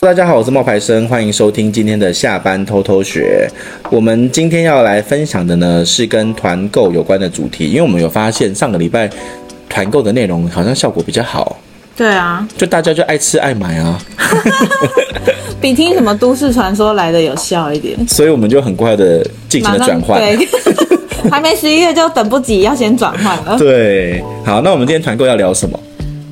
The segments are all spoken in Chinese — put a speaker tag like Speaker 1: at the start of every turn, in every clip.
Speaker 1: 大家好，我是冒牌生，欢迎收听今天的下班偷偷学。我们今天要来分享的呢是跟团购有关的主题，因为我们有发现上个礼拜团购的内容好像效果比较好，
Speaker 2: 对啊，
Speaker 1: 就大家就爱吃爱买啊，
Speaker 2: 比听什么都市传说来的有效一点。
Speaker 1: 所以我们就很快的进行
Speaker 2: 马
Speaker 1: 了
Speaker 2: 上
Speaker 1: 转换。
Speaker 2: 对， 还没十一月就等不及，要先转换 了。
Speaker 1: 对，好，那我们今天团购要聊什么？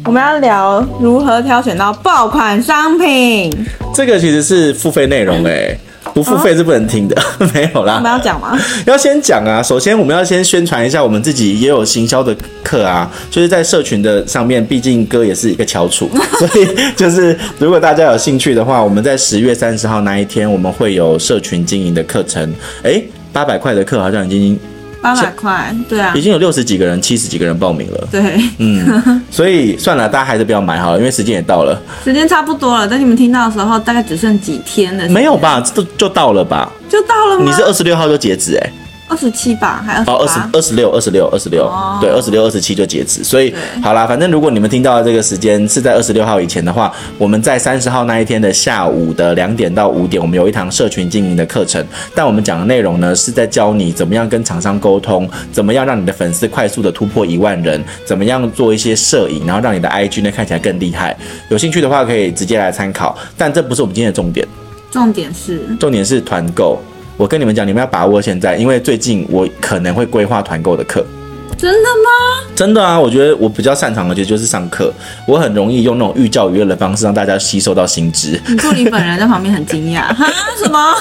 Speaker 2: 我们要聊如何挑选到爆款商品，
Speaker 1: 这个其实是付费内容哎、不付费是不能听的， 没有啦。
Speaker 2: 我们要 讲吗？
Speaker 1: 要先讲啊，首先我们要先宣传一下，我们自己也有行销的课啊，就是在社群的上面，毕竟哥也是一个翘楚， 所以就是如果大家有兴趣的话，我们在十月三十号那一天，我们会有社群经营的课程，诶，八百块的课好像已经
Speaker 2: 八百块，对啊
Speaker 1: 已，经有六十几个人、七十几个人报名了，
Speaker 2: 对，
Speaker 1: 嗯，所以算了，大家还是不要买好了，因为时间也到了，
Speaker 2: 时间差不多了。等你们听到的时候，大概只剩几天了，
Speaker 1: 没有吧？这都就到了吧？
Speaker 2: 就到了吗？
Speaker 1: 你是二十六号就截止诶。
Speaker 2: 二十七吧，还
Speaker 1: 哦，
Speaker 2: 二
Speaker 1: 二
Speaker 2: 十
Speaker 1: 十
Speaker 2: 八？
Speaker 1: 二十六、二十六、二十六
Speaker 2: 哦，
Speaker 1: 对，二十六、二十七就截止。所以
Speaker 2: 对
Speaker 1: 好啦，反正如果你们听到的这个时间是在二十六号以前的话，我们在三十号那一天的下午的两点到五点，我们有一堂社群经营的课程。但我们讲的内容呢，是在教你怎么样跟厂商沟通，怎么样让你的粉丝快速的突破一万人，怎么样做一些摄影，然后让你的 IG 呢看起来更厉害。有兴趣的话可以直接来参考，但这不是我们今天的重点。
Speaker 2: 重点是，
Speaker 1: 重点是团购。我跟你们讲，你们要把握现在，因为最近我可能会规划团购的课。
Speaker 2: 真的吗？
Speaker 1: 真的啊，我觉得我比较擅长的其实就是上课，我很容易用那种寓教于乐的方式让大家吸收到新知。
Speaker 2: 你助理本人在旁边很惊讶，哈，什么？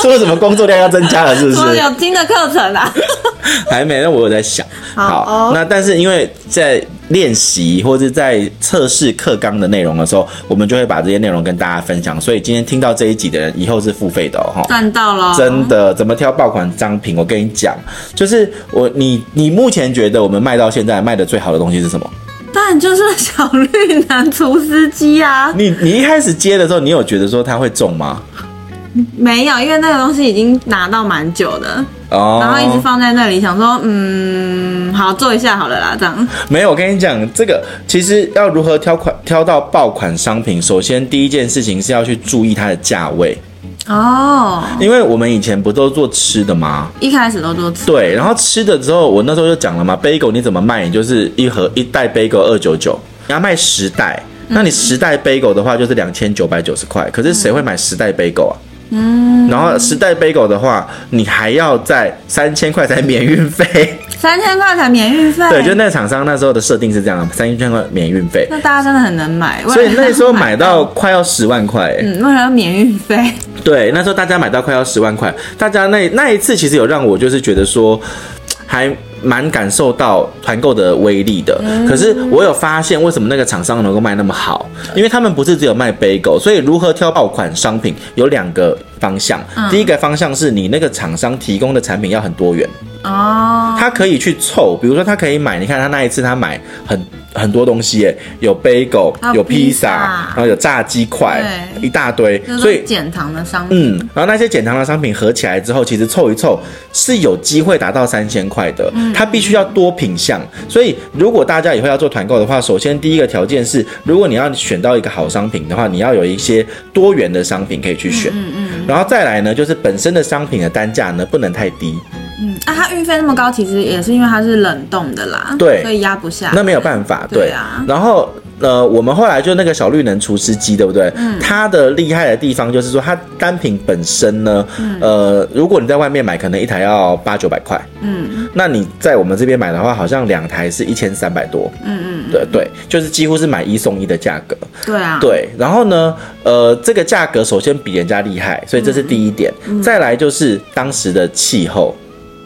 Speaker 1: 所以为什么工作量要增加 了？是不
Speaker 2: 什么
Speaker 1: 是？
Speaker 2: 有新的课程啊？
Speaker 1: 还没，那我有在想。
Speaker 2: 好哦
Speaker 1: 那但是因为在练习或者在测试课纲的内容的时候，我们就会把这些内容跟大家分享。所以今天听到这一集的人，以后是付费的哦。哈
Speaker 2: 赚到了，
Speaker 1: 真的，怎么挑爆款商品？我跟你讲，就是我你你目前觉得我们卖到现在卖的最好的东西是什么？
Speaker 2: 当然就是小绿男厨师机啊，
Speaker 1: 你你一开始接的时候，你有觉得说它会中吗？
Speaker 2: 没有，因为那个东西已经拿到蛮久的，
Speaker 1: 哦，
Speaker 2: 然后一直放在那里，想说，嗯，好做一下好了啦，这样。
Speaker 1: 没有，我跟你讲，这个其实要如何挑款挑到爆款商品，首先第一件事情是要去注意它的价位，
Speaker 2: 哦，
Speaker 1: 因为我们以前不都做吃的吗？
Speaker 2: 一开始都多吃，
Speaker 1: 对，然后吃的之后，我那时候就讲了嘛，bagel 你怎么卖？你就是一盒一袋 bagel 二九九，你要卖十袋，那你十袋 bagel 的话就是两千九百九十块，可是谁会买十袋 bagel 啊？嗯，然后十袋 bagel 的话，你还要在三千块才免运费。
Speaker 2: 三千块才免运费，
Speaker 1: 对，就那个厂商那时候的设定是这样，三千块免运费，
Speaker 2: 那大家真的很能买，
Speaker 1: 所以
Speaker 2: 为了
Speaker 1: 那时候买到，快要十万块、欸。
Speaker 2: 嗯，为了要免运费，
Speaker 1: 对，那时候大家买到快要十万块，大家那那一次其实有让我就是觉得说，还蛮感受到团购的威力的。可是我有发现，为什么那个厂商能够卖那么好？因为他们不是只有卖 bagel，所以如何挑爆款商品有两个方向。第一个方向是你那个厂商提供的产品要很多元，
Speaker 2: 哦，
Speaker 1: 他可以去凑，比如说他可以买，你看他那一次他买很很多东西耶，有 bagel，
Speaker 2: 还有
Speaker 1: 有
Speaker 2: 披
Speaker 1: 披
Speaker 2: 萨
Speaker 1: 萨，然后有炸鸡块，
Speaker 2: 对
Speaker 1: 一大堆，
Speaker 2: 就是
Speaker 1: 所以
Speaker 2: 减糖的商品，
Speaker 1: 嗯，然后那些减糖的商品合起来之后，其实凑一凑是有机会达到三千块的。
Speaker 2: 嗯
Speaker 1: 它必须要多品项，所以如果大家以后要做团购的话，首先第一个条件是，如果你要选到一个好商品的话，你要有一些多元的商品可以去选。嗯嗯然后再来呢，就是本身的商品的单价呢不能太低，
Speaker 2: 嗯，啊，它运费那么高，其实也是因为它是冷冻的啦，
Speaker 1: 对
Speaker 2: 所以压不下，
Speaker 1: 那没有办法。
Speaker 2: 对啊
Speaker 1: 然后呃，我们后来就那个小绿能厨师机，对不对？嗯。它的厉害的地方就是说，它单品本身呢，呃，如果你在外面买，可能一台要八九百块。
Speaker 2: 嗯
Speaker 1: 那你在我们这边买的话，好像两台是一千三百多，
Speaker 2: 嗯嗯，
Speaker 1: 对对，就是几乎是买一送一的价格。
Speaker 2: 对啊，
Speaker 1: 对，然后呢，呃，这个价格首先比人家厉害，所以这是第一点。
Speaker 2: 嗯
Speaker 1: 再来就是当时的气候。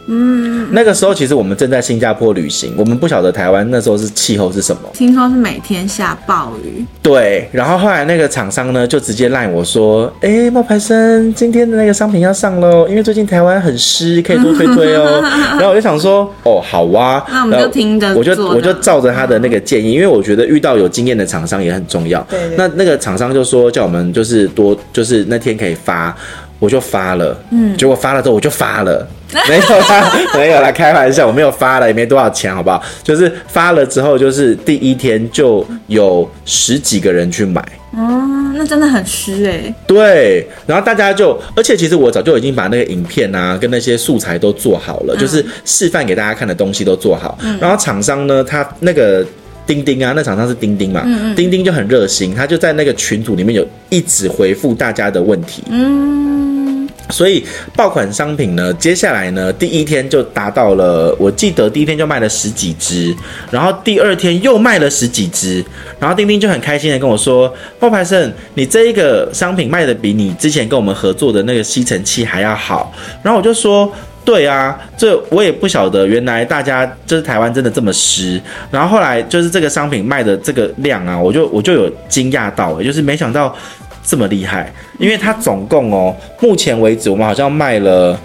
Speaker 1: 嗯，那个时候其实我们正在新加坡旅行，我们不晓得台湾那时候是气候是什么。
Speaker 2: 听说是每天下暴雨，
Speaker 1: 对，然后后来那个厂商呢就直接赖我说，哎，冒牌生，今天的那个商品要上喽，因为最近台湾很湿，可以多推推 哦。然后我就想说，哦，好啊，
Speaker 2: 那我们就
Speaker 1: 然后
Speaker 2: 听着
Speaker 1: 我就
Speaker 2: 做
Speaker 1: 我就
Speaker 2: 这样
Speaker 1: 照着他的那个建议，因为我觉得遇到有经验的厂商也很重要。
Speaker 2: 对对
Speaker 1: 那那个厂商就说叫我们就是多，就是那天可以发。我就发了，嗯，结果发了之后我就发了， 没有啦，没有啦，开玩笑，我没有发了，也没多少钱，好不好？就是发了之后，就是第一天就有十几个人去买，
Speaker 2: 哦，那真的很虚哎、
Speaker 1: 对，然后大家就，而且其实我早就已经把那个影片啊，跟那些素材都做好了，就是示范给大家看的东西都做好。然后厂商呢，他那个钉钉啊，那厂商是钉钉嘛，钉钉就很热心，他就在那个群组里面有一直回复大家的问题。
Speaker 2: 嗯，
Speaker 1: 所以爆款商品呢，接下来呢，第一天就达到了，我记得第一天就卖了十几只，然后第二天又卖了十几只，然后丁丁就很开心的跟我说：“哦冒牌生，你这一个商品卖的比你之前跟我们合作的那个吸尘器还要好。”然后我就说。对啊，这我也不晓得，原来大家就是台湾真的这么湿。然后后来就是这个商品卖的这个量啊，我就我就有惊讶到，就是没想到这么厉害，因为它总共哦，目前为止我们好像卖了，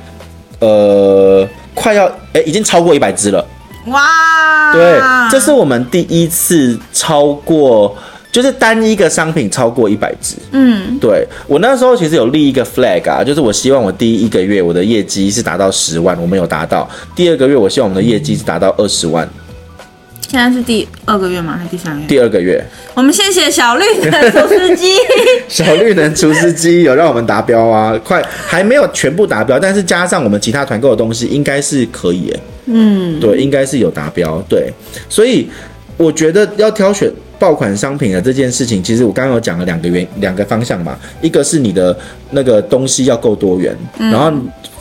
Speaker 1: 呃，快要诶已经超过一百只了。
Speaker 2: 哇，
Speaker 1: 对，这是我们第一次超过，就是单一个商品超过一百只。
Speaker 2: 嗯
Speaker 1: 对我那时候其实有立一个 flag 啊，就是我希望我第一个月我的业绩是达到十万，我们有达到；第二个月我希望我们的业绩是达到二十万，
Speaker 2: 现在是第二个月吗？还是第三个月？
Speaker 1: 第二个月。
Speaker 2: 我们谢谢小绿的厨师 机，
Speaker 1: 小绿能厨师机有让我们达标啊，快还没有全部达标，但是加上我们其他团购的东西，应该是可以耶。
Speaker 2: 嗯，
Speaker 1: 对，应该是有达标。对，所以我觉得要挑选爆款商品的这件事情，其实我刚刚有讲了两个原两个方向嘛，一个是你的那个东西要够多元，然后。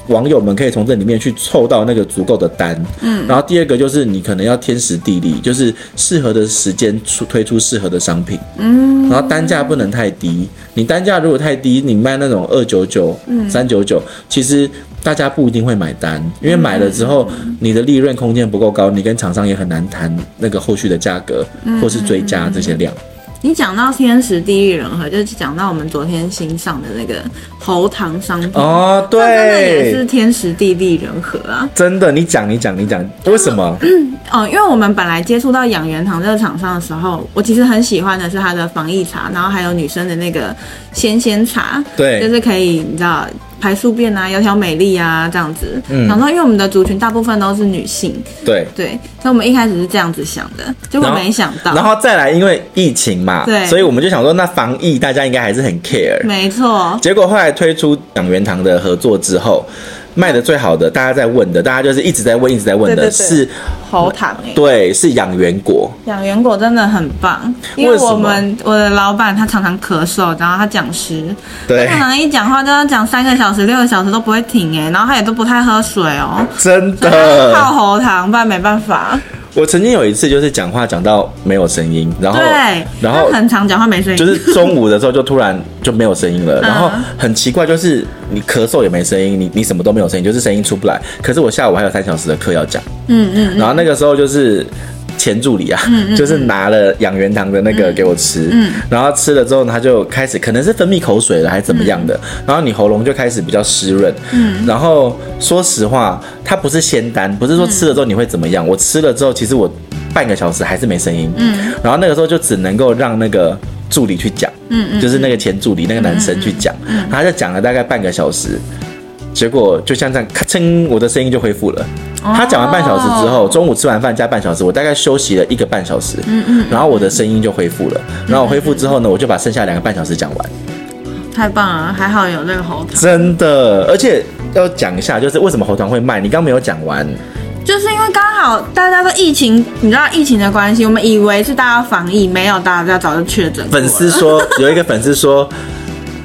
Speaker 1: 网友们可以从这里面去凑到那个足够的单，嗯，然后第二个就是你可能要天时地利，就是适合的时间出推出适合的商品，嗯，然后单价不能太低，你单价如果太低，你卖那种二九九、
Speaker 2: 嗯
Speaker 1: 三九九，其实大家不一定会买单，因为买了之后
Speaker 2: 嗯
Speaker 1: 你的利润空间不够高，你跟厂商也很难谈那个后续的价格
Speaker 2: 嗯
Speaker 1: 或是追加这些量。
Speaker 2: 你讲到天时地利人和，就是讲到我们昨天新上的那个喉糖商品，
Speaker 1: 哦，
Speaker 2: 嗯那真的也
Speaker 1: 对
Speaker 2: 是，天时地利人和啊。
Speaker 1: 真的，你讲，你讲，你讲，为什么？
Speaker 2: 哦，因为我们本来接触到养元堂这个厂商的时候，我其实很喜欢的是它的防疫茶，然后还有女生的那个鲜鲜茶，
Speaker 1: 对
Speaker 2: 就是可以你知道排宿便啊、窈窕美丽啊这样子。
Speaker 1: 嗯
Speaker 2: 想说因为我们的族群大部分都是女性，
Speaker 1: 对。
Speaker 2: 对，所以我们一开始是这样子想的，结果
Speaker 1: 然后
Speaker 2: 没想
Speaker 1: 然
Speaker 2: 到，
Speaker 1: 后再来，因为疫情嘛，
Speaker 2: 对
Speaker 1: 所以我们就想说，那防疫大家应该还是很 care。
Speaker 2: 没错，
Speaker 1: 结果后来推出养元堂的合作之后，卖的最好的，大家在问的，大家就是一直在问，一直在问的
Speaker 2: 对对对
Speaker 1: 是，
Speaker 2: 喉糖诶、
Speaker 1: 对，是养元果。
Speaker 2: 养元果真的很棒，因
Speaker 1: 为
Speaker 2: 为
Speaker 1: 什么
Speaker 2: 我们我的老板他常常咳嗽，然后他讲师，
Speaker 1: 对
Speaker 2: 他常常一讲话都要讲三个小时、六个小时都不会停哎，然后他也都不太喝水哦，
Speaker 1: 真
Speaker 2: 所以他
Speaker 1: 的
Speaker 2: 靠，哎喉糖，不然没办法。
Speaker 1: 我曾经有一次就是讲话讲到没有声音，然后
Speaker 2: 对，
Speaker 1: 然后
Speaker 2: 他很常讲话没声音，
Speaker 1: 就是中午的时候就突然就没有声音
Speaker 2: 嗯
Speaker 1: 了，然后很奇怪，就是你咳嗽也没声音，你你什么都没有声音，就是声音出不来。可是我下午还有三小时的课要讲，
Speaker 2: 嗯嗯，
Speaker 1: 然后那个时候就是前助理啊，就是拿了养元堂的那
Speaker 2: 嗯
Speaker 1: 个给我吃，然后吃了之后呢，他就开始可能是分泌口水了还是怎么样的，
Speaker 2: 嗯
Speaker 1: 然后你喉咙就开始比较湿润，然后说实话，它不是仙丹，不是说吃了之后你会怎么
Speaker 2: 嗯
Speaker 1: 样，我吃了之后其实我半个小时还是没声音，
Speaker 2: 嗯
Speaker 1: 然后那个时候就只能够让那个。助理去讲，就是那个前助理那个男生去讲，他就讲了大概半个小时，结果就像这样，咔嚓，我的声音就恢复了。他讲完半小时之后，中午吃完饭加半小时，我大概休息了一个半小时，嗯嗯，然后我的声音就恢复了。然后我恢复之后呢，我就把剩下两个半小时讲完，
Speaker 2: 太棒了，还好有这个喉糖。
Speaker 1: 真的。而且要讲一下，就是为什么猴团会卖，你刚没有讲完，
Speaker 2: 就是因为刚好大家都疫情，你知道疫情的关系，我们以为是大家防疫，没有大家早就确诊过了
Speaker 1: 粉丝说有一个粉丝说。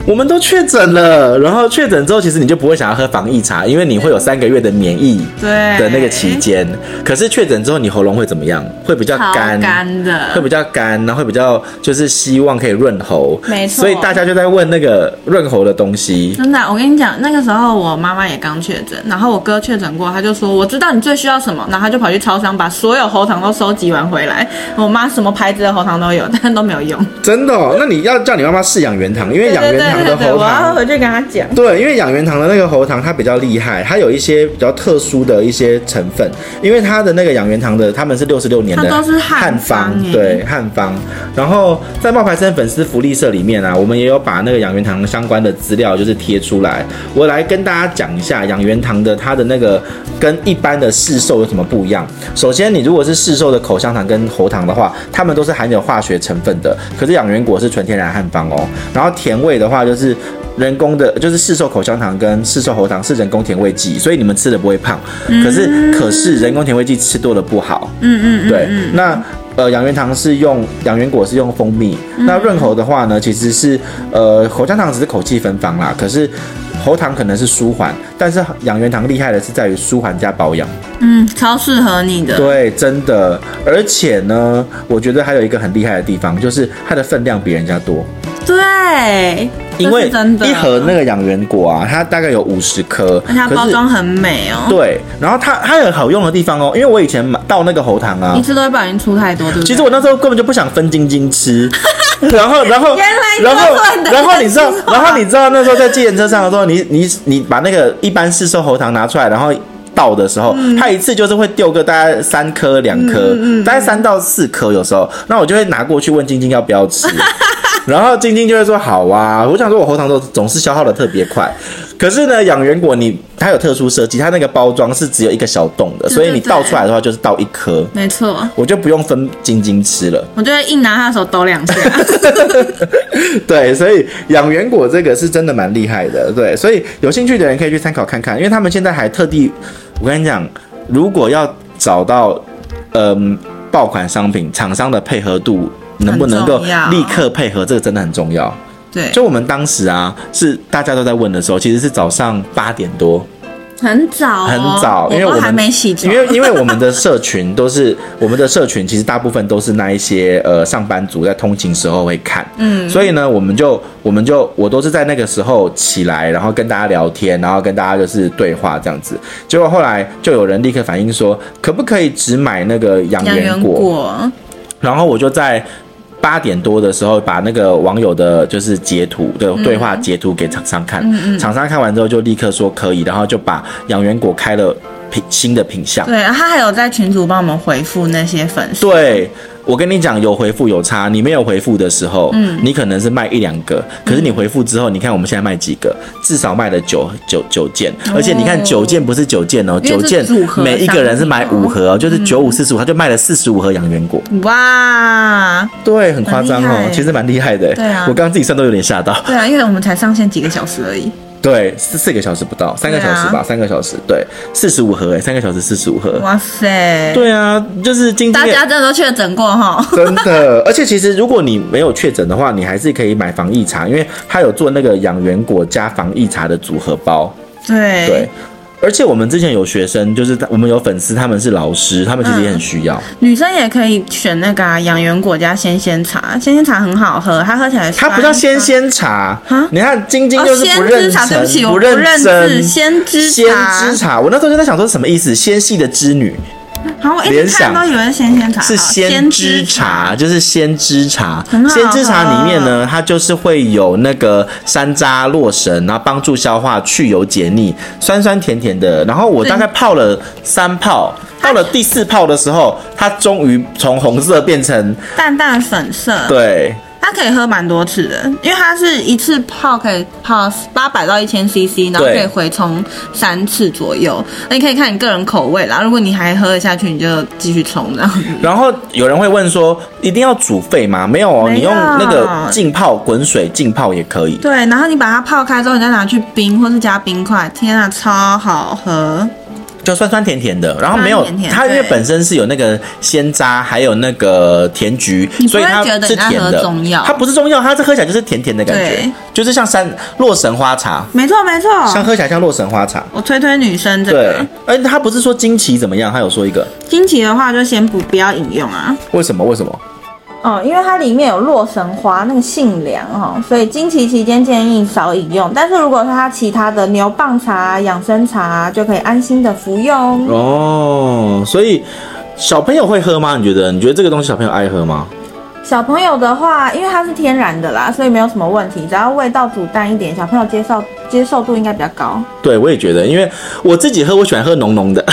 Speaker 1: 我们都确诊了，然后确诊之后，其实你就不会想要喝防疫茶，因为你会有三个月的免疫
Speaker 2: 对
Speaker 1: 的那个期间。可是确诊之后，你喉咙会怎么样？会比较
Speaker 2: 超
Speaker 1: 干，
Speaker 2: 干的，
Speaker 1: 会比较干，然后会比较就是希望可以润喉，
Speaker 2: 没错
Speaker 1: 所以大家就在问那个润喉的东西。
Speaker 2: 真的啊，我跟你讲，那个时候我妈妈也刚确诊，然后我哥确诊过，他就说我知道你最需要什么，然后他就跑去超商把所有喉糖都收集完回来。我妈什么牌子的喉糖都有，但都没有用。
Speaker 1: 真的、哦？那你要叫你妈妈试养元堂，因为
Speaker 2: 对
Speaker 1: 养元
Speaker 2: 对
Speaker 1: 堂
Speaker 2: 对
Speaker 1: 的
Speaker 2: 对，
Speaker 1: 喉
Speaker 2: 我要
Speaker 1: 糖。
Speaker 2: 回去跟他讲。
Speaker 1: 对，因为养元堂的那个喉糖它比较厉害，它有一些比较特殊的一些成分，因为它的那个养元堂的他们是六十六年的
Speaker 2: 它都是汉
Speaker 1: 方
Speaker 2: 方耶
Speaker 1: 对汉方。然后在冒牌生粉丝福利社里面啊，我们也有把那个养元堂相关的资料就是贴出来，我来跟大家讲一下养元堂的它的那个跟一般的市售有什么不一样。首先，你如果是市售的口香糖跟喉糖的话，它们都是含有化学成分的，可是养元果是纯天然汉方哦。然后甜味的话就是。人工的，就是市售口香糖跟市售喉糖是人工甜味剂，所以你们吃的不会胖。可是，可是人工甜味剂吃多了不好。
Speaker 2: 嗯嗯
Speaker 1: 对，那呃养元糖是用养元果是用蜂蜜，
Speaker 2: 嗯
Speaker 1: 那润喉的话呢，其实是呃口香糖只是口气芬芳啦，可是喉糖可能是舒缓，但是养元糖厉害的是在于舒缓加保养。
Speaker 2: 嗯，超适合你的。
Speaker 1: 对，真的，而且呢，我觉得还有一个很厉害的地方，就是它的分量比人家多。
Speaker 2: 对，
Speaker 1: 因
Speaker 2: 这
Speaker 1: 为
Speaker 2: 是真的
Speaker 1: 一盒那个养元果啊，它大概有五十颗，
Speaker 2: 而且它
Speaker 1: 可
Speaker 2: 包
Speaker 1: 是
Speaker 2: 装很美哦。
Speaker 1: 对，然后它它有好用的地方哦，因为我以前买到那个喉糖啊
Speaker 2: 一，次都会不小心出太多，对不对？
Speaker 1: 其实我那时候根本就不想分晶晶吃， 然后然后
Speaker 2: 原来
Speaker 1: 然后
Speaker 2: 做出来的
Speaker 1: 然后你知道
Speaker 2: 分，晶
Speaker 1: 然后你知道那时候在计程车上的时候，你你你把那个一般市售喉糖拿出来，然后。倒的时候，
Speaker 2: 嗯
Speaker 1: 它一次就是会丢个大概三颗、两颗，大概三到四颗有时候，那我就会拿过去问晶晶要不要 吃，然后晶晶就会说好啊。我想说，我喉糖都总是消耗的特别快，可是呢，养元果你它有特殊设计，它那个包装是只有一个小洞的，所以你
Speaker 2: 对对对
Speaker 1: 倒出来的话就是倒一颗，
Speaker 2: 没错，
Speaker 1: 我就不用分晶晶吃了。
Speaker 2: 我就会硬拿他的手抖两下。
Speaker 1: 对，所以养元果这个是真的蛮厉害的，对，所以有兴趣的人可以去参考看看，因为他们现在还特地，我跟你讲，如果要找到嗯、爆款商品，厂商的配合度能不能够
Speaker 2: 很重要
Speaker 1: 立刻配合，这个真的很重要。
Speaker 2: 对，
Speaker 1: 就我们当时啊，是大家都在问的时候，其实是早上八点多，
Speaker 2: 很早、哦，
Speaker 1: 很早，因为
Speaker 2: 我
Speaker 1: 我们
Speaker 2: 都还没洗
Speaker 1: 因
Speaker 2: 床。
Speaker 1: 为因为我们的社群都是我们的社群，其实大部分都是那一些呃上班族在通勤时候会看，嗯，所以呢，我们就我们就我都是在那个时候起来，然后跟大家聊天，然后跟大家就是对话这样子。结果后来就有人立刻反映说，可不可以只买那个养
Speaker 2: 杨
Speaker 1: 元
Speaker 2: 元
Speaker 1: 果？
Speaker 2: 果，
Speaker 1: 然后我就在八点多的时候把那个网友的就是截图的对话截图给厂商看，厂商看完之后就立刻说可以，然后就把养元果开了品新的品相。
Speaker 2: 对，他还有在群主帮我们回复那些粉丝。
Speaker 1: 对，我跟你讲，有回复有差。你没有回复的时候，嗯，你可能是卖一两个，可是你回复之后，你看我们现在卖几个，至少卖了九九九件，而且你看九件不是九件哦，
Speaker 2: 哦因为
Speaker 1: 九
Speaker 2: 这
Speaker 1: 件
Speaker 2: 组合
Speaker 1: 每一个人是买
Speaker 2: 商品哦
Speaker 1: 五盒哦，就是九五四十五，他就卖了四十五盒养元果，
Speaker 2: 哇，
Speaker 1: 对，很夸张
Speaker 2: 嗯很厉
Speaker 1: 哦
Speaker 2: 害，
Speaker 1: 其实蛮厉害的。
Speaker 2: 对啊
Speaker 1: 我刚刚自己算都有点吓到。
Speaker 2: 对啊，因为我们才上线几个小时而已。
Speaker 1: 对，四四个小时不到，三个小时吧，
Speaker 2: 对啊
Speaker 1: 三个小时，对，四十五盒哎，三个小时四十五盒。
Speaker 2: 哇塞，
Speaker 1: 对啊，就是今
Speaker 2: 大
Speaker 1: 天
Speaker 2: 家真的都确诊过哈。
Speaker 1: 真的，而且其实如果你没有确诊的话，你还是可以买防疫茶，因为它有做那个养元果加防疫茶的组合包。
Speaker 2: 对
Speaker 1: 对，而且我们之前有学生，就是他我们有粉丝，他们是老师，他们其实也很需要。
Speaker 2: 女生也可以选那个啊养、元果加鲜鲜茶，鲜鲜茶很好喝，它喝起来
Speaker 1: 它不叫鲜鲜茶，你看晶晶
Speaker 2: 啊哦，
Speaker 1: 就是不
Speaker 2: 鲜
Speaker 1: 认
Speaker 2: 汁
Speaker 1: 真，
Speaker 2: 茶，对不起，我不
Speaker 1: 认
Speaker 2: 认
Speaker 1: 真
Speaker 2: 字，。鲜汁
Speaker 1: 鲜
Speaker 2: 茶，
Speaker 1: 汁茶，我那时候就在想说是什么意思？纤细的织女
Speaker 2: 好，我一
Speaker 1: 联
Speaker 2: 直看
Speaker 1: 想
Speaker 2: 都以为是鲜鲜茶，
Speaker 1: 是
Speaker 2: 好
Speaker 1: 鲜汁，茶，就是鲜汁茶
Speaker 2: 很。好
Speaker 1: 鲜汁
Speaker 2: 喝
Speaker 1: 茶里面呢，它就是会有那个山楂、洛神，然后帮助消化、去油解腻，酸酸甜甜的。然后我大概泡了三泡，到了第四泡的时候，它终于从红色变成
Speaker 2: 淡淡粉色，
Speaker 1: 对
Speaker 2: 它可以喝蛮多次的，因为它是一次泡可以泡八百到一千 CC，然后可以回冲三次左右。那你可以看你个人口味啦，如果你还喝得下去，你就继续冲这样子。
Speaker 1: 然后有人会问说，一定要煮沸吗？没有哦，
Speaker 2: 没有
Speaker 1: 你用那个浸泡滚水浸泡也可以。
Speaker 2: 对，然后你把它泡开之后，你再拿去冰或是加冰块，天啊，超好喝！
Speaker 1: 就酸酸甜甜的，然后没有
Speaker 2: 酸酸甜甜
Speaker 1: 它，因为
Speaker 2: 对
Speaker 1: 本身是有那个鲜渣，还有那个甜菊
Speaker 2: 你，不
Speaker 1: 所以
Speaker 2: 会
Speaker 1: 它
Speaker 2: 觉得
Speaker 1: 是
Speaker 2: 你在
Speaker 1: 甜
Speaker 2: 喝
Speaker 1: 的
Speaker 2: 中药。
Speaker 1: 它不是中药，它是喝起来就是甜甜的感觉
Speaker 2: 对，
Speaker 1: 就是像山洛神花茶，
Speaker 2: 没错没
Speaker 1: 像
Speaker 2: 错，
Speaker 1: 喝起来像洛神花茶。
Speaker 2: 我推推女生这
Speaker 1: 对
Speaker 2: 个。，
Speaker 1: 而且它不是说惊奇怎么样，它有说一个
Speaker 2: 惊奇的话就先不不要饮用啊。
Speaker 1: 为什么？为什么？
Speaker 2: 哦，因为它里面有洛神花那个性凉哦，所以经期期间建议少饮用。但是如果是它其他的牛蒡茶、养生茶，就可以安心的服
Speaker 1: 嗯
Speaker 2: 用。
Speaker 1: 哦，所以小朋友会喝吗？你觉得？你觉得这个东西小朋友爱喝吗？
Speaker 2: 小朋友的话，因为它是天然的啦，所以没有什么问题，只要味道煮淡一点，小朋友接受接受度应该比较高。
Speaker 1: 对，我也觉得，因为我自己喝，我喜欢喝浓浓的，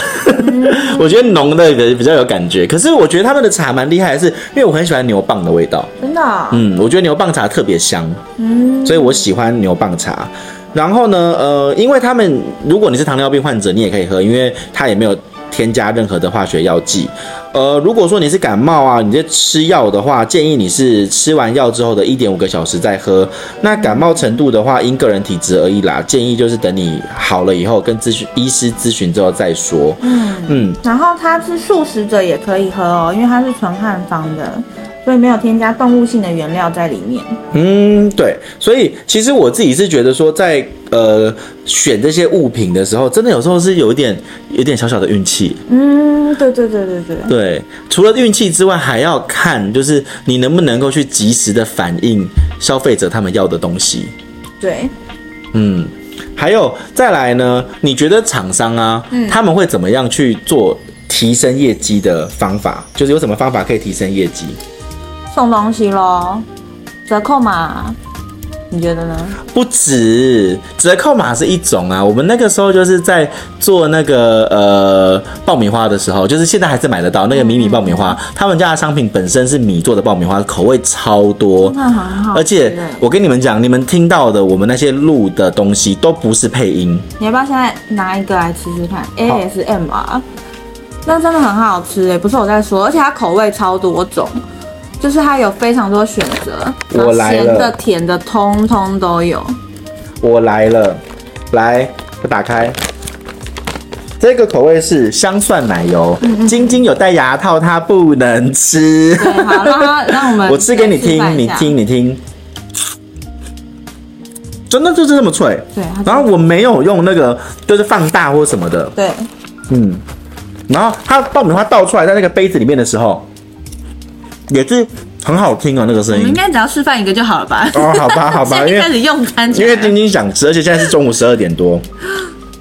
Speaker 1: 我觉得浓的比比较有感觉。可是我觉得他们的茶蛮厉害的是，因为我很喜欢牛蒡的味道。
Speaker 2: 真的哦、
Speaker 1: 嗯，我觉得牛蒡茶特别香，嗯，所以我喜欢牛蒡茶。然后呢，呃，因为他们如果你是糖尿病患者，你也可以喝，因为它也没有添加任何的化学药剂。呃，如果说你是感冒啊，你在吃药的话，建议你是吃完药之后的一点五个小时再喝。那感冒程度的话，因个人体质而异啦，建议就是等你好了以后，跟咨询医师咨询之后再说。嗯嗯，
Speaker 2: 然后它是素食者也可以喝哦，因为它是纯汉方的，所以没有添加动物性的原料在里面。
Speaker 1: 嗯，对，所以其实我自己是觉得说在，呃选这些物品的时候，真的有时候是有一点有一点小小的运气。
Speaker 2: 嗯，对对对对对。
Speaker 1: 对，除了运气之外，还要看就是你能不能够去及时的反映消费者他们要的东西。
Speaker 2: 对，
Speaker 1: 嗯，还有再来呢，你觉得厂商啊，他们会怎么样去做提升业绩的方法？就是有什么方法可以提升业绩？
Speaker 2: 送东西喽，折扣码，你觉得呢？
Speaker 1: 不止折扣码是一种啊，我们那个时候就是在做那个呃爆米花的时候，就是现在还是买得到那个迷你爆米花，他们家的商品本身是米做的爆米花，口味超多，
Speaker 2: 那很好吃欸，
Speaker 1: 而且我跟你们讲，你们听到的我们那些录的东西都不是配音，
Speaker 2: 你要不要现在拿一个来吃吃看？ASMR，那真的很好吃哎，不是我在说，而且它口味超多种，就是它有非常多选择，
Speaker 1: 我
Speaker 2: 然后
Speaker 1: 来了
Speaker 2: 咸的、甜的，通通都有。
Speaker 1: 我来了，来，我打开。这个口味是香蒜奶油，晶晶有戴牙套，她不能吃。
Speaker 2: 对，哎好，让 它让我们
Speaker 1: 我吃给你
Speaker 2: 示范
Speaker 1: 听，
Speaker 2: 一
Speaker 1: 你
Speaker 2: 下，
Speaker 1: 听，你听，真的就是这么脆。
Speaker 2: 对它真的
Speaker 1: 然后我没有用那个就是放大或什么的，
Speaker 2: 对，
Speaker 1: 嗯。然后它爆米花倒出来在那个杯子里面的时候，也是很好听哦，那个声
Speaker 2: 我们应
Speaker 1: 音。
Speaker 2: 该只要示范一个就好了吧？
Speaker 1: 哦，好 吧，好吧，
Speaker 2: 现
Speaker 1: 因
Speaker 2: 在
Speaker 1: 为
Speaker 2: 开始用餐起
Speaker 1: 因
Speaker 2: 来了，
Speaker 1: 为晶晶想吃，而且现在是中午十二点多。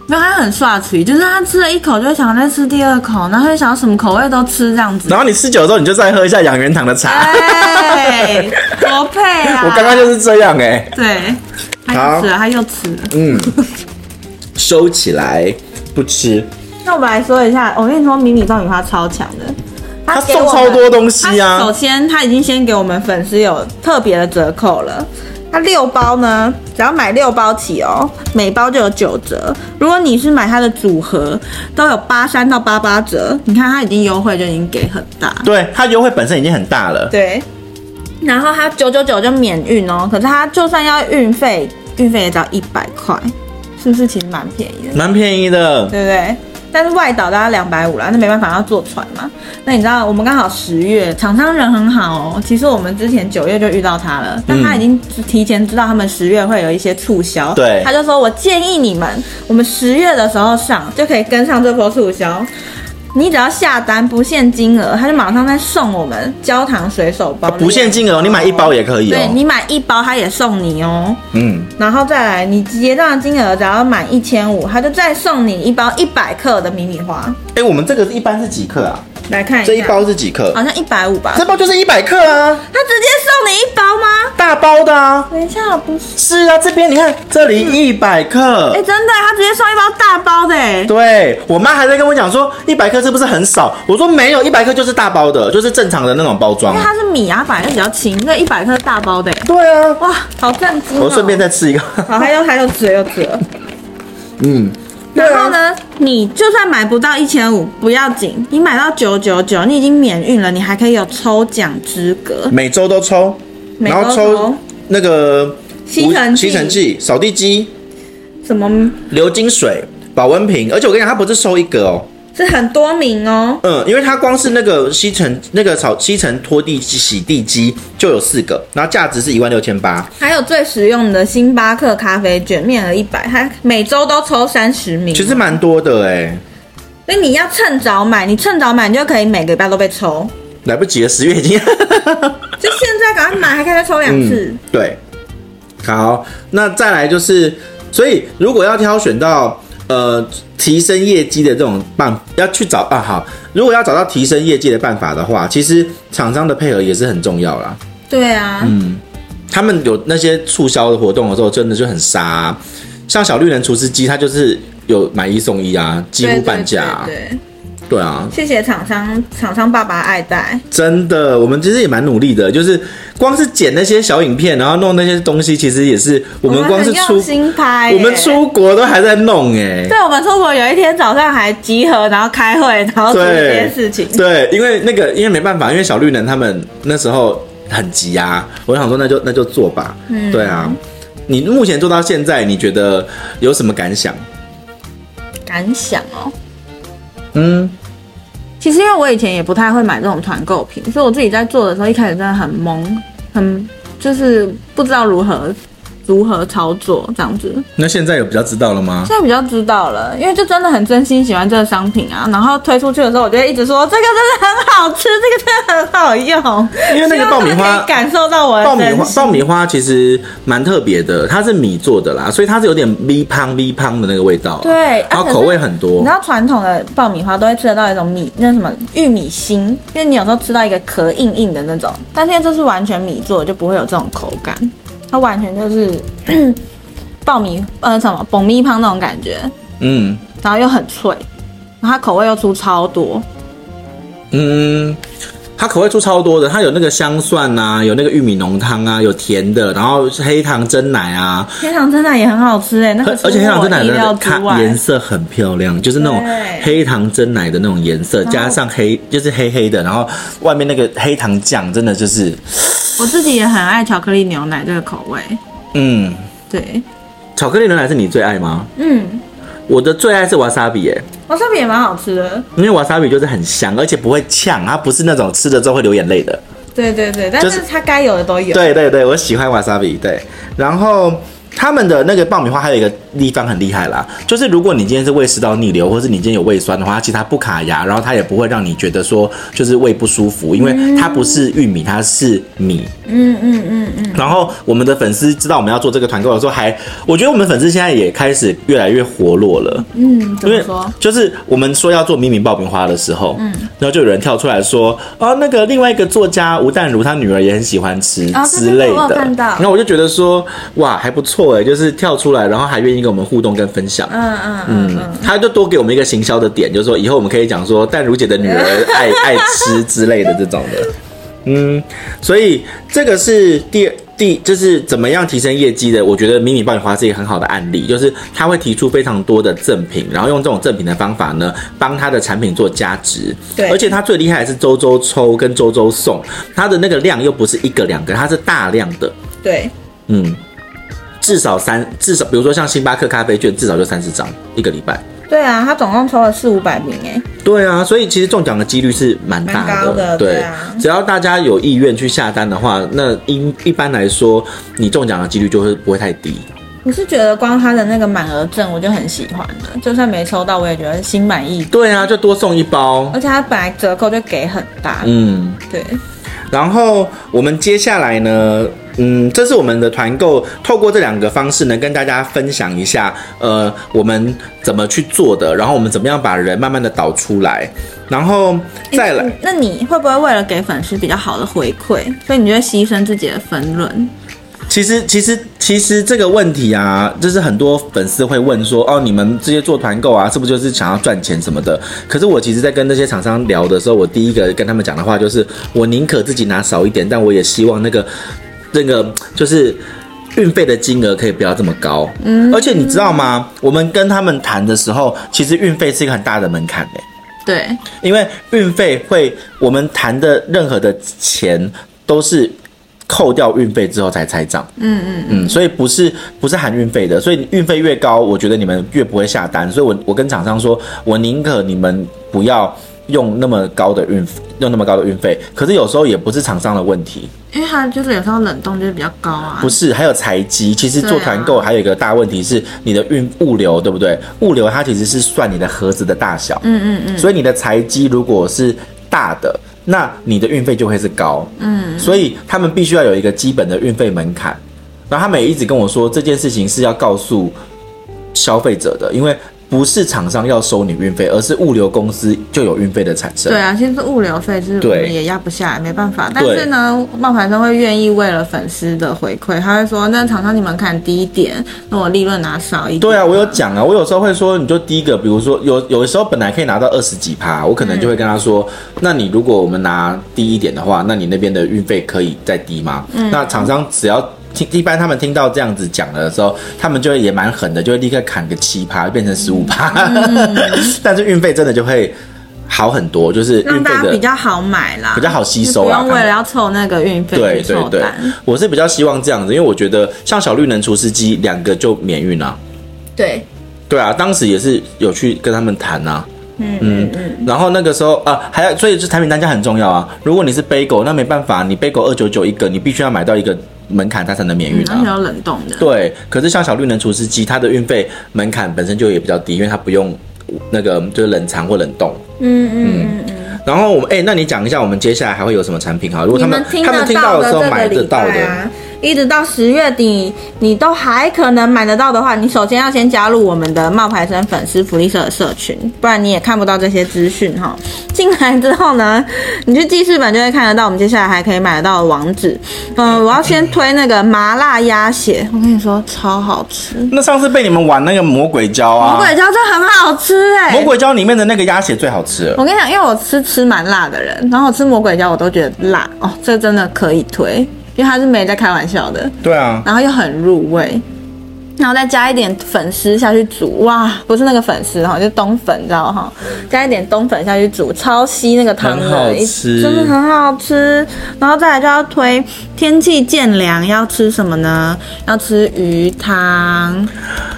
Speaker 2: 没有，他很刷嘴，就是他吃了一口就会想再吃第二口，然后会想要什么口味都吃这样子
Speaker 1: 然。后你吃久之后，你就再喝一下养元堂的茶。
Speaker 2: 哎，多配啊！
Speaker 1: 我刚刚就是这样哎、
Speaker 2: 对，他又吃了，他又吃了。
Speaker 1: 嗯，收起来不吃。
Speaker 2: 那我们来说一下，我跟你说，迷你爆米花超强的，
Speaker 1: 他
Speaker 2: 给我
Speaker 1: 送
Speaker 2: 们
Speaker 1: 超多东西
Speaker 2: 他首
Speaker 1: 啊，
Speaker 2: 先，他已经先给我们粉丝有特别的折扣了。他六包呢，只要买六包起哦，每包就有九折。如果你是买它的组合，都有八三到八八折。你看，他已经优惠就已经给很大。
Speaker 1: 对他优惠本身已经很大了。
Speaker 2: 对，然后它九九九就免运哦，可是它就算要运费，运费也只要一百块，是不是其实蛮便宜的，
Speaker 1: 蛮便宜的，
Speaker 2: 对不对？但是外岛大概两百五啦，那没办法，要坐船嘛。那你知道我们刚好十月，厂商人很好哦。其实我们之前九月就遇到
Speaker 1: 嗯
Speaker 2: 他了，但他已经提前知道他们十月会有一些促销，
Speaker 1: 对
Speaker 2: 他就说我建议你们，我们十月的时候上就可以跟上这波促销。你只要下单不限金额，他就马上再送我们焦糖水手包，
Speaker 1: 不限金额哦，你买一包也可以
Speaker 2: 对
Speaker 1: 哦。
Speaker 2: 你买一包，他也送你哦。
Speaker 1: 嗯，
Speaker 2: 然后再来，你结账的金额只要满一千五，他就再送你一包一百克的迷你花。
Speaker 1: 哎，我们这个一般是几克啊？
Speaker 2: 来看一下，啊
Speaker 1: 这一包是几克？
Speaker 2: 好像一百五吧？
Speaker 1: 这包就是一百克啊，
Speaker 2: 他直接送你一包吗？
Speaker 1: 大包的啊。
Speaker 2: 等一下，不是，
Speaker 1: 是啊，这边你看，这里一百克
Speaker 2: 嗯哎、。真的，他直接送一包大包的，哎，
Speaker 1: 对我妈还在跟我讲说，一百克是不是很少？我说没有，一百克就是大包的，就是正常的那种包装
Speaker 2: 因为。它是米啊，反正比较轻，那一百克大包的，哎
Speaker 1: 对啊，
Speaker 2: 哇，好震惊、哦！
Speaker 1: 我顺便再吃一个。
Speaker 2: 好，还有还有折有折。
Speaker 1: 嗯，
Speaker 2: 然后呢，你就算买不到一千五不要紧，你买到九九九，你已经免运了，你还可以有抽奖资格。
Speaker 1: 每周都抽，
Speaker 2: 每周
Speaker 1: 然后抽
Speaker 2: 抽
Speaker 1: 那个
Speaker 2: 吸尘器
Speaker 1: 吸尘器、扫地机、
Speaker 2: 什么？
Speaker 1: 流金水、保温瓶，而且我跟你讲，它不是收一个哦。
Speaker 2: 是很多名哦。
Speaker 1: 嗯，因为它光是那个吸尘、那个扫吸尘拖地机、洗地机就有四个，然后价值是一万六千八。
Speaker 2: 还有最实用的星巴克咖啡卷，面额一百，它每周都抽三十名。
Speaker 1: 其实，蛮多的哎、
Speaker 2: 所以你要趁早买，你趁早买，你就可以每个礼拜都被 抽。
Speaker 1: 来不及了，十月 已经。
Speaker 2: 就现在赶快买，还可以再抽两次。
Speaker 1: 嗯，对。好，那再来就是，所以如果要挑选到呃提升业绩的这种办，要去找啊好，如果要找到提升业绩的办法的话，其实厂商的配合也是很重要啦。
Speaker 2: 对啊，
Speaker 1: 嗯他们有那些促销的活动的时候，真的就很杀啊、像小绿人厨师机，它就是有买一送一啊，几乎
Speaker 2: 对
Speaker 1: 半价、啊。
Speaker 2: 对对对，
Speaker 1: 对啊，
Speaker 2: 谢谢厂商，厂商爸爸爱戴。
Speaker 1: 真的，我们其实也蛮努力的，就是光是剪那些小影片，然后弄那些东西，其实也是我们光是
Speaker 2: 很
Speaker 1: 出
Speaker 2: 用心哎拍耶，
Speaker 1: 我们出国都还在弄哎、
Speaker 2: 对，我们出国有一天早上还集合，然后开会，然后做这
Speaker 1: 对
Speaker 2: 件事情。
Speaker 1: 对，因为那个因为没办法，因为小绿人他们那时候很急啊，我想说那就那就做吧。嗯，对啊。你目前做到现在，你觉得有什么感想？
Speaker 2: 感想哦，
Speaker 1: 嗯，
Speaker 2: 其实因为我以前也不太会买这种团购品，所以我自己在做的时候，一开始真的很懵，很就是不知道如何如何操作这样子。
Speaker 1: 那现在有比较知道了吗？
Speaker 2: 现在比较知道了，因为就真的很真心喜欢这个商品啊。然后推出去的时候，我就会一直说这个真的很好吃，这个真的很好用。
Speaker 1: 因为那个
Speaker 2: 希望
Speaker 1: 爆米
Speaker 2: 他们
Speaker 1: 花
Speaker 2: 可以感受到我的
Speaker 1: 爆米
Speaker 2: 真
Speaker 1: 花，
Speaker 2: 心
Speaker 1: 爆米花其实蛮特别的，它是米做的啦，所以它是有点 V 胖 V 胖的那个味道。
Speaker 2: 对啊
Speaker 1: 然后
Speaker 2: 可是
Speaker 1: 口味很多
Speaker 2: 你知。道传统的爆米花都会吃得到一种米，那什么玉米芯，因为你有时候吃到一个壳硬硬的那种，但现在这是完全米做的，就不会有这种口感，它完全就是 爆米呃什么爆米汤那种感觉，
Speaker 1: 嗯
Speaker 2: 然后又很脆，然后它口味又出超多，
Speaker 1: 嗯，它口味出超多的，它有那个香蒜啊，有那个玉米浓汤啊，有甜的，然后黑糖蒸奶啊，
Speaker 2: 黑糖蒸奶也很好吃哎，那
Speaker 1: 而
Speaker 2: 个
Speaker 1: 而且黑糖蒸奶
Speaker 2: 出乎我意料
Speaker 1: 的
Speaker 2: 之
Speaker 1: 它
Speaker 2: 外，
Speaker 1: 颜色很漂亮，就是那种
Speaker 2: 对
Speaker 1: 黑糖蒸奶的那种颜色，
Speaker 2: 后
Speaker 1: 加上黑就是黑黑的，然后外面那个黑糖酱真的就是，
Speaker 2: 我自己也很爱巧克力牛奶这个口味，
Speaker 1: 嗯，
Speaker 2: 对，
Speaker 1: 巧克力牛奶是你最爱吗？
Speaker 2: 嗯，
Speaker 1: 我的最爱是瓦萨比耶，
Speaker 2: 我这边也蛮好吃的，
Speaker 1: 因为瓦萨比就是很香，而且不会呛，它不是那种吃了之后会流眼泪的。
Speaker 2: 对对对，但
Speaker 1: 就是
Speaker 2: 是它该有的都有，
Speaker 1: 对对对，我喜欢瓦萨比。对，然后他们的那个爆米花还有一个地方很厉害啦，就是如果你今天是胃食道逆流，或是你今天有胃酸的话，它其实它不卡牙，然后它也不会让你觉得说就是胃不舒服，因为它不是玉米，它是米。
Speaker 2: 嗯嗯嗯。
Speaker 1: 然后我们的粉丝知道我们要做这个团购的时候还，我觉得我们粉丝现在也开始越来越活络了。
Speaker 2: 嗯，怎
Speaker 1: 因
Speaker 2: 么
Speaker 1: 为
Speaker 2: 说？
Speaker 1: 就是我们说要做迷你爆米花的时候，嗯，然后就有人跳出来说，哦，那个另外一个作家吴淡如，他女儿也很喜欢吃
Speaker 2: 哦
Speaker 1: 之类
Speaker 2: 对对对我有
Speaker 1: 的。
Speaker 2: 看到
Speaker 1: 然后我就觉得说，哇，还不错哎，就是跳出来，然后还愿意跟我们互动跟分享。
Speaker 2: 嗯嗯嗯嗯，
Speaker 1: 他就多给我们一个行销的点，就是说以后我们可以讲说，淡如姐的女儿爱爱吃之类的这种的。嗯，所以这个是第二第就是怎么样提升业绩的，我觉得迷你爆米花是一个很好的案例，就是他会提出非常多的赠品，然后用这种赠品的方法呢，帮他的产品做加值。
Speaker 2: 对
Speaker 1: 而且他最厉害的是周周抽跟周周送，它的那个量又不是一个两个，它是大量的，
Speaker 2: 对，
Speaker 1: 嗯，至少三至少比如说像星巴克咖啡券，至少就三十张一个礼拜。
Speaker 2: 对啊，他总共抽了四五百名哎，
Speaker 1: 对啊，所以其实中奖的几率是蛮大
Speaker 2: 蛮高的
Speaker 1: 对，
Speaker 2: 对啊
Speaker 1: 只要大家有意愿去下单的话，那一一般来说，你中奖的几率就会不会太低。
Speaker 2: 我是觉得光他的那个满额赠我就很喜欢了，就算没抽到我也觉得心满意足，
Speaker 1: 对啊，就多送一包
Speaker 2: 而。且他本来折扣就给很大，
Speaker 1: 嗯，
Speaker 2: 对，
Speaker 1: 然后我们接下来呢，嗯，这是我们的团购，透过这两个方式呢，跟大家分享一下，呃，我们怎么去做的，然后我们怎么样把人慢慢的导出来，然后再来。
Speaker 2: 嗯那你会不会为了给粉丝比较好的回馈，所以你就会牺牲自己的分润？
Speaker 1: 其实，其实，其实这个问题啊，就是很多粉丝会问说，哦，你们这些做团购啊，是不是就是想要赚钱什么的？可是我其实，在跟那些厂商聊的时候，我第一个跟他们讲的话就是，我宁可自己拿少一点，但我也希望那个，那个就是。运费的金额可以不要这么高，嗯，而且你知道吗？我们跟他们谈的时候，其实运费是一个很大的门槛诶、
Speaker 2: 对，
Speaker 1: 因为运费会，我们谈的任何的钱都是扣掉运费之后才拆账。嗯嗯嗯，所以不是不是含运费的，所以运费越高，我觉得你们越不会下单。所以我我跟厂商说，我宁可你们不要用那么高的运用那么高的运费，可是有时候也不是厂商的问题，
Speaker 2: 因为他就是有时候冷冻就是比较高啊
Speaker 1: 不，是，还有财机。其实做
Speaker 2: 对啊
Speaker 1: 团购还有一个大问题是你的运物流，对不对？物流它其实是算你的盒子的大小。嗯嗯嗯。所以你的财机如果是大的，那你的运费就会是高。嗯。所以他们必须要有一个基本的运费门槛。然后他们也一直跟我说这件事情是要告诉消费者的，因为不是厂商要收你运费，而是物流公司就有运费的产生。
Speaker 2: 对啊，现在物流费就是我
Speaker 1: 对
Speaker 2: 们也压不下来，没办法。但
Speaker 1: 对
Speaker 2: 是呢，冒牌生会愿意为了粉丝的回馈，他会说：“那厂商你们砍低一点，那我利润拿少一点。”
Speaker 1: 对啊，我有讲啊，我有时候会说，你就第一个，比如说有有的时候本来可以拿到二十几趴，我可能就
Speaker 2: 嗯
Speaker 1: 会跟他说，那你如果我们拿低一点的话，那你那边的运费可以再低吗？
Speaker 2: 嗯
Speaker 1: 那厂商只要。听一般他们听到这样子讲了的时候，他们就会也蛮狠的，就会立刻砍个七趴，变成十五趴。
Speaker 2: 嗯
Speaker 1: 但是运费真的就会好很多，就是
Speaker 2: 让
Speaker 1: 运费
Speaker 2: 大家
Speaker 1: 的
Speaker 2: 比较好买啦，
Speaker 1: 比较好吸收
Speaker 2: 就不
Speaker 1: 啦
Speaker 2: 用为了要凑那个运费
Speaker 1: 对
Speaker 2: 去
Speaker 1: 对
Speaker 2: 凑
Speaker 1: 对
Speaker 2: 单。，
Speaker 1: 我是比较希望这样子，因为我觉得像小绿能厨师机两个就免运啊。
Speaker 2: 对，
Speaker 1: 对啊，当时也是有去跟他们谈啊。嗯嗯嗯，然后那个时候啊，还有，所以就是产品单价很重要啊。如果你是 bagel，那没办法，你 bagel 二九九一个，你必须要买到一个门槛，它才能免运
Speaker 2: 然
Speaker 1: 啊。
Speaker 2: 后有冷冻的。
Speaker 1: 对，可是像小绿能厨师机，它的运费门槛本身就也比较低，因为它不用那个就是冷藏或冷冻。
Speaker 2: 嗯嗯嗯嗯。
Speaker 1: 然后我们哎、那你讲一下我们接下来还会有什么产品啊哈？如果他
Speaker 2: 你
Speaker 1: 们
Speaker 2: 们听
Speaker 1: 他们
Speaker 2: 得
Speaker 1: 听
Speaker 2: 到
Speaker 1: 的
Speaker 2: 的
Speaker 1: 时
Speaker 2: 这
Speaker 1: 候
Speaker 2: 个
Speaker 1: 买得
Speaker 2: 礼
Speaker 1: 到的，
Speaker 2: 拜啊，一直到十月底，你都还可能买得到的话，你首先要先加入我们的冒牌生粉丝福利社的社群，不然你也看不到这些资讯哈。进来之后呢，你去记事本就会看得到我们接下来还可以买得到的网址。嗯、我要先推那个麻辣鸭血，我跟你说超好吃，
Speaker 1: 那上次被你们玩那个魔鬼椒啊，
Speaker 2: 魔鬼椒真的很好吃哎、
Speaker 1: 魔鬼椒里面的那个鸭血最好吃了。
Speaker 2: 我跟你讲，因为我吃吃蛮辣的人，然后我吃魔鬼椒我都觉得辣哦，这真的可以推，因为它是没在开玩笑的。
Speaker 1: 对啊，
Speaker 2: 然后又很入味，然后再加一点粉丝下去煮，哇，不是那个粉丝哈，就冬粉，你知道哈，加一点冬粉下去煮，超吸那个汤
Speaker 1: 很好
Speaker 2: 的，
Speaker 1: 吃
Speaker 2: 真的很好吃。然后再来就要推天气渐凉，要吃什么呢？要吃鱼汤，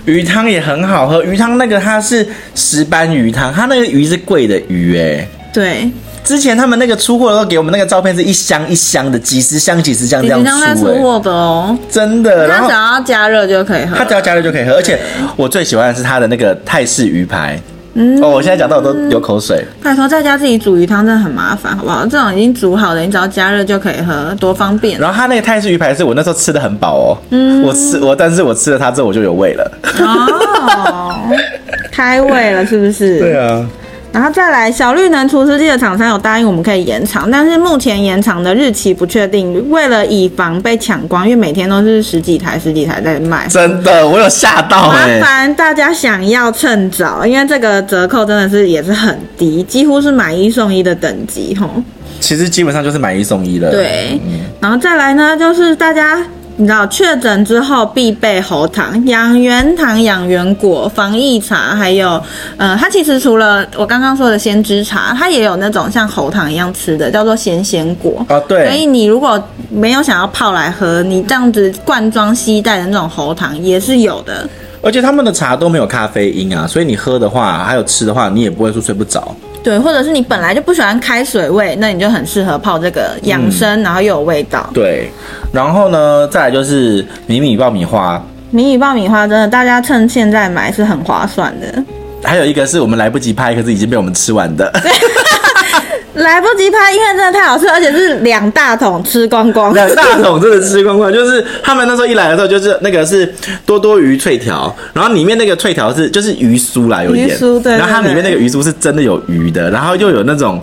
Speaker 1: 鱼汤也很好喝，鱼汤那个它是石斑鱼汤，它那个鱼是贵的鱼哎、
Speaker 2: 对，
Speaker 1: 之前他们那个出货的时候给我们那个照片是一箱一箱的，几十箱几十箱这
Speaker 2: 你
Speaker 1: 样
Speaker 2: 平常在
Speaker 1: 出、
Speaker 2: 出
Speaker 1: 欸，
Speaker 2: 货的哦，
Speaker 1: 真的。然
Speaker 2: 它
Speaker 1: 后
Speaker 2: 只要加热就可以喝
Speaker 1: 它。只要加热就可以喝，而且我最喜欢的是它的那个泰式鱼排。
Speaker 2: 嗯
Speaker 1: 哦，我现在讲到我都流口水。
Speaker 2: 拜托，在家自己煮鱼汤真的很麻烦，好不好？这种已经煮好的，你只要加热就可以喝，多方 便。
Speaker 1: 然后它那个泰式鱼排是我那时候吃的很饱哦，
Speaker 2: 嗯
Speaker 1: 我吃我，但是我吃了它之后我就有胃了。
Speaker 2: 哦，开胃了是不是？
Speaker 1: 对啊，
Speaker 2: 然后再来，小绿能厨师机的厂商有答应我们可以延长，但是目前延长的日期不确定。为了以防被抢光，因为每天都是十几台、十几台在 卖。
Speaker 1: 真的，我有吓到
Speaker 2: 麻
Speaker 1: 哎、
Speaker 2: 烦大家想要趁早，因为这个折扣真的是也是很低，几乎是买一送一的等级吼。
Speaker 1: 其实基本上就是买一送一了。
Speaker 2: 对，然后再来呢，就是大家你知道确诊之后必备喉糖、养元糖、养元果、防疫茶，还有呃，它其实除了我刚刚说的鲜汁茶，它也有那种像喉糖一样吃的，叫做咸鲜果。
Speaker 1: 哦对，
Speaker 2: 所以你如果没有想要泡来喝，你这样子罐装吸带的那种喉糖也是有的。
Speaker 1: 而且他们的茶都没有咖啡因啊，所以你喝的话，还有吃的话，你也不会说睡不着。
Speaker 2: 对，或者是你本来就不喜欢开水味，那你就很适合泡这个养生，然后又有味道。
Speaker 1: 对，然后呢，再来就是迷你爆米花，
Speaker 2: 迷你爆米花真的，大家趁现在买是很划算的。
Speaker 1: 还有一个是我们来不及拍，可是已经被我们吃完 的，
Speaker 2: 来不及拍，因为真的太好吃，而且是两大桶吃光光。
Speaker 1: 两大桶真的吃光光。就是他们那时候一来的时候，就是那个是多多鱼脆条，然后里面那个脆条是就是鱼酥啦，有一点，
Speaker 2: 鱼酥对
Speaker 1: 然后它
Speaker 2: 对对
Speaker 1: 里面那个鱼酥是真的有鱼的，然后又有那种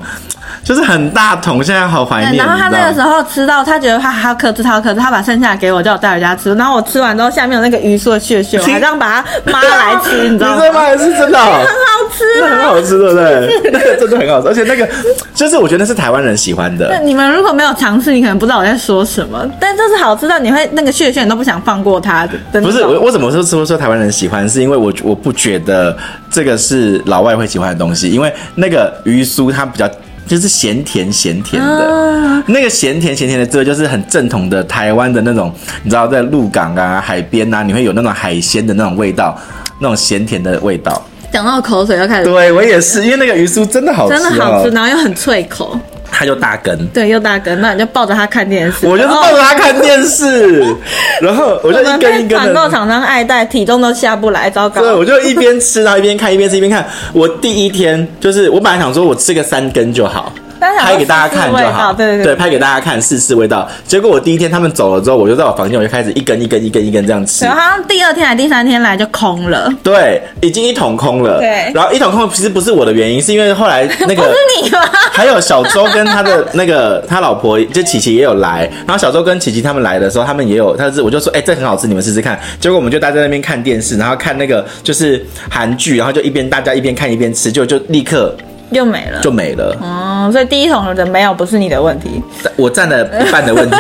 Speaker 1: 就是很大桶，现在好怀念。
Speaker 2: 然后他
Speaker 1: 你知道
Speaker 2: 那
Speaker 1: 吗
Speaker 2: 个时候吃到，他觉得他还要克制，他要克制，他把剩下的给我，叫我带回家吃。然后我吃完之后，下面有那个鱼酥的屑屑，我还让把它妈来吃，你 知道吗？
Speaker 1: 这吗？也是真的哦、
Speaker 2: 很好吃
Speaker 1: 那
Speaker 2: 啊！
Speaker 1: 很好吃，对不对？那个 真的很好吃，而且那个就是我觉得那是台湾人喜欢
Speaker 2: 那
Speaker 1: 的。
Speaker 2: 你们如果没有尝试，你可能不知道我在说什么。但就是好吃到你会那个屑屑，你都不想放过它的那种。
Speaker 1: 不是我，我怎么说说说台湾人喜欢，是因为我我不觉得这个是老外会喜欢的东西，因为那个鱼酥它比较就是咸甜咸甜的，
Speaker 2: 啊
Speaker 1: 那个咸甜咸甜的滋味就是很正统的台湾的那种，你知道在鹿港啊、海边啊，你会有那种海鲜的那种味道，那种咸甜的味道。
Speaker 2: 讲到口水又开始，
Speaker 1: 对我也是，因为那个鱼酥真的好吃、哦，
Speaker 2: 真的好吃，然后又很脆口，
Speaker 1: 它就大根。
Speaker 2: 对，又大根，那你就抱着它看电视。
Speaker 1: 我就是抱着它看电视， 然后我就
Speaker 2: 哦我
Speaker 1: 一
Speaker 2: 们
Speaker 1: 根一
Speaker 2: 被
Speaker 1: 根
Speaker 2: 团购
Speaker 1: 的，
Speaker 2: 厂商爱戴，体重都下不来，糟糕。
Speaker 1: 对，我就一边吃，然后一边看，一边吃一边看。我第一天就是我本来想说我吃个三根就好，
Speaker 2: 但是
Speaker 1: 拍给大家看就
Speaker 2: 味道
Speaker 1: 好，
Speaker 2: 对对
Speaker 1: 对，拍给大家看试试味道。结果我第一天他们走了之后，我就在我房间我就开始一根一根一根一根这样吃
Speaker 2: 然，后好像第二天还第三天来就空了，
Speaker 1: 对，已经一桶空了。
Speaker 2: 对
Speaker 1: 然后一桶空其实不是我的原因，是因为后来那
Speaker 2: 不
Speaker 1: 个。
Speaker 2: 是你吗？
Speaker 1: 还有小周跟他的那个他老婆，就琪琪也有来。然后小周跟琪琪他们来的时候，他们也有，他是我就说，哎、这很好吃，你们试试看。结果我们就大家在那边看电视，然后看那个就是韩剧，然后就一边大家一边看一边吃，就就立刻
Speaker 2: 又没了。
Speaker 1: 就没了。
Speaker 2: 哦，所以第一桶的没有不是你的问题，
Speaker 1: 我占了一半的问题。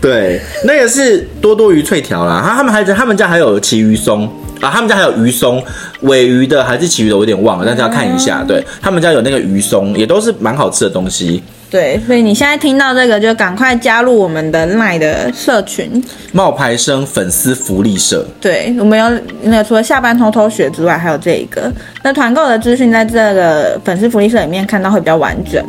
Speaker 1: 对，那个是多多鱼脆条啦，他他们还他们家还有旗鱼松啊，他们家还有鱼松，尾鱼的还是旗鱼的，我有点忘了，但是要看一下。对他们家有那个鱼松，也都是蛮好吃的东西。
Speaker 2: 对，所以你现在听到这个就赶快加入我们的 LINE 的社群，
Speaker 1: 冒牌生粉丝福利社，
Speaker 2: 对，我们有那个除了下班偷偷学之外，还有这一个。那团购的资讯在这个粉丝福利社里面看到会比较完整。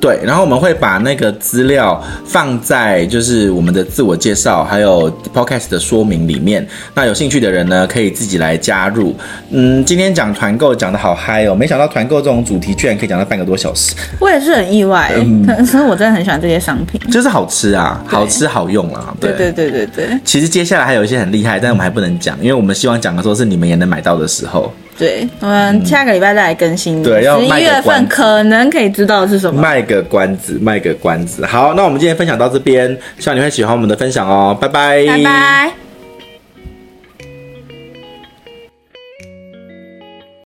Speaker 1: 对，然后我们会把那个资料放在就是我们的自我介绍，还有 podcast 的说明里面。那有兴趣的人呢，可以自己来加入。嗯，今天讲团购讲的好嗨哦，没想到团购这种主题居然可以讲到半个多小时，
Speaker 2: 我也是很意外、可
Speaker 1: 嗯
Speaker 2: 可是我真的很喜欢这些商品。
Speaker 1: 就是好吃啊，好吃好用啊，
Speaker 2: 对对对对对
Speaker 1: 其实接下来还有一些很厉害，但是我们还不能讲，因为我们希望讲的时候是你们也能买到的时候，
Speaker 2: 对，我们下个礼拜再来更新。
Speaker 1: 嗯对要
Speaker 2: 十
Speaker 1: 卖
Speaker 2: 一
Speaker 1: 个
Speaker 2: 月份
Speaker 1: 关子
Speaker 2: 可能可以知道是什么。
Speaker 1: 卖个关子，卖个关子。好，那我们今天分享到这边，希望你会喜欢我们的分享哦，拜拜，
Speaker 2: 拜拜。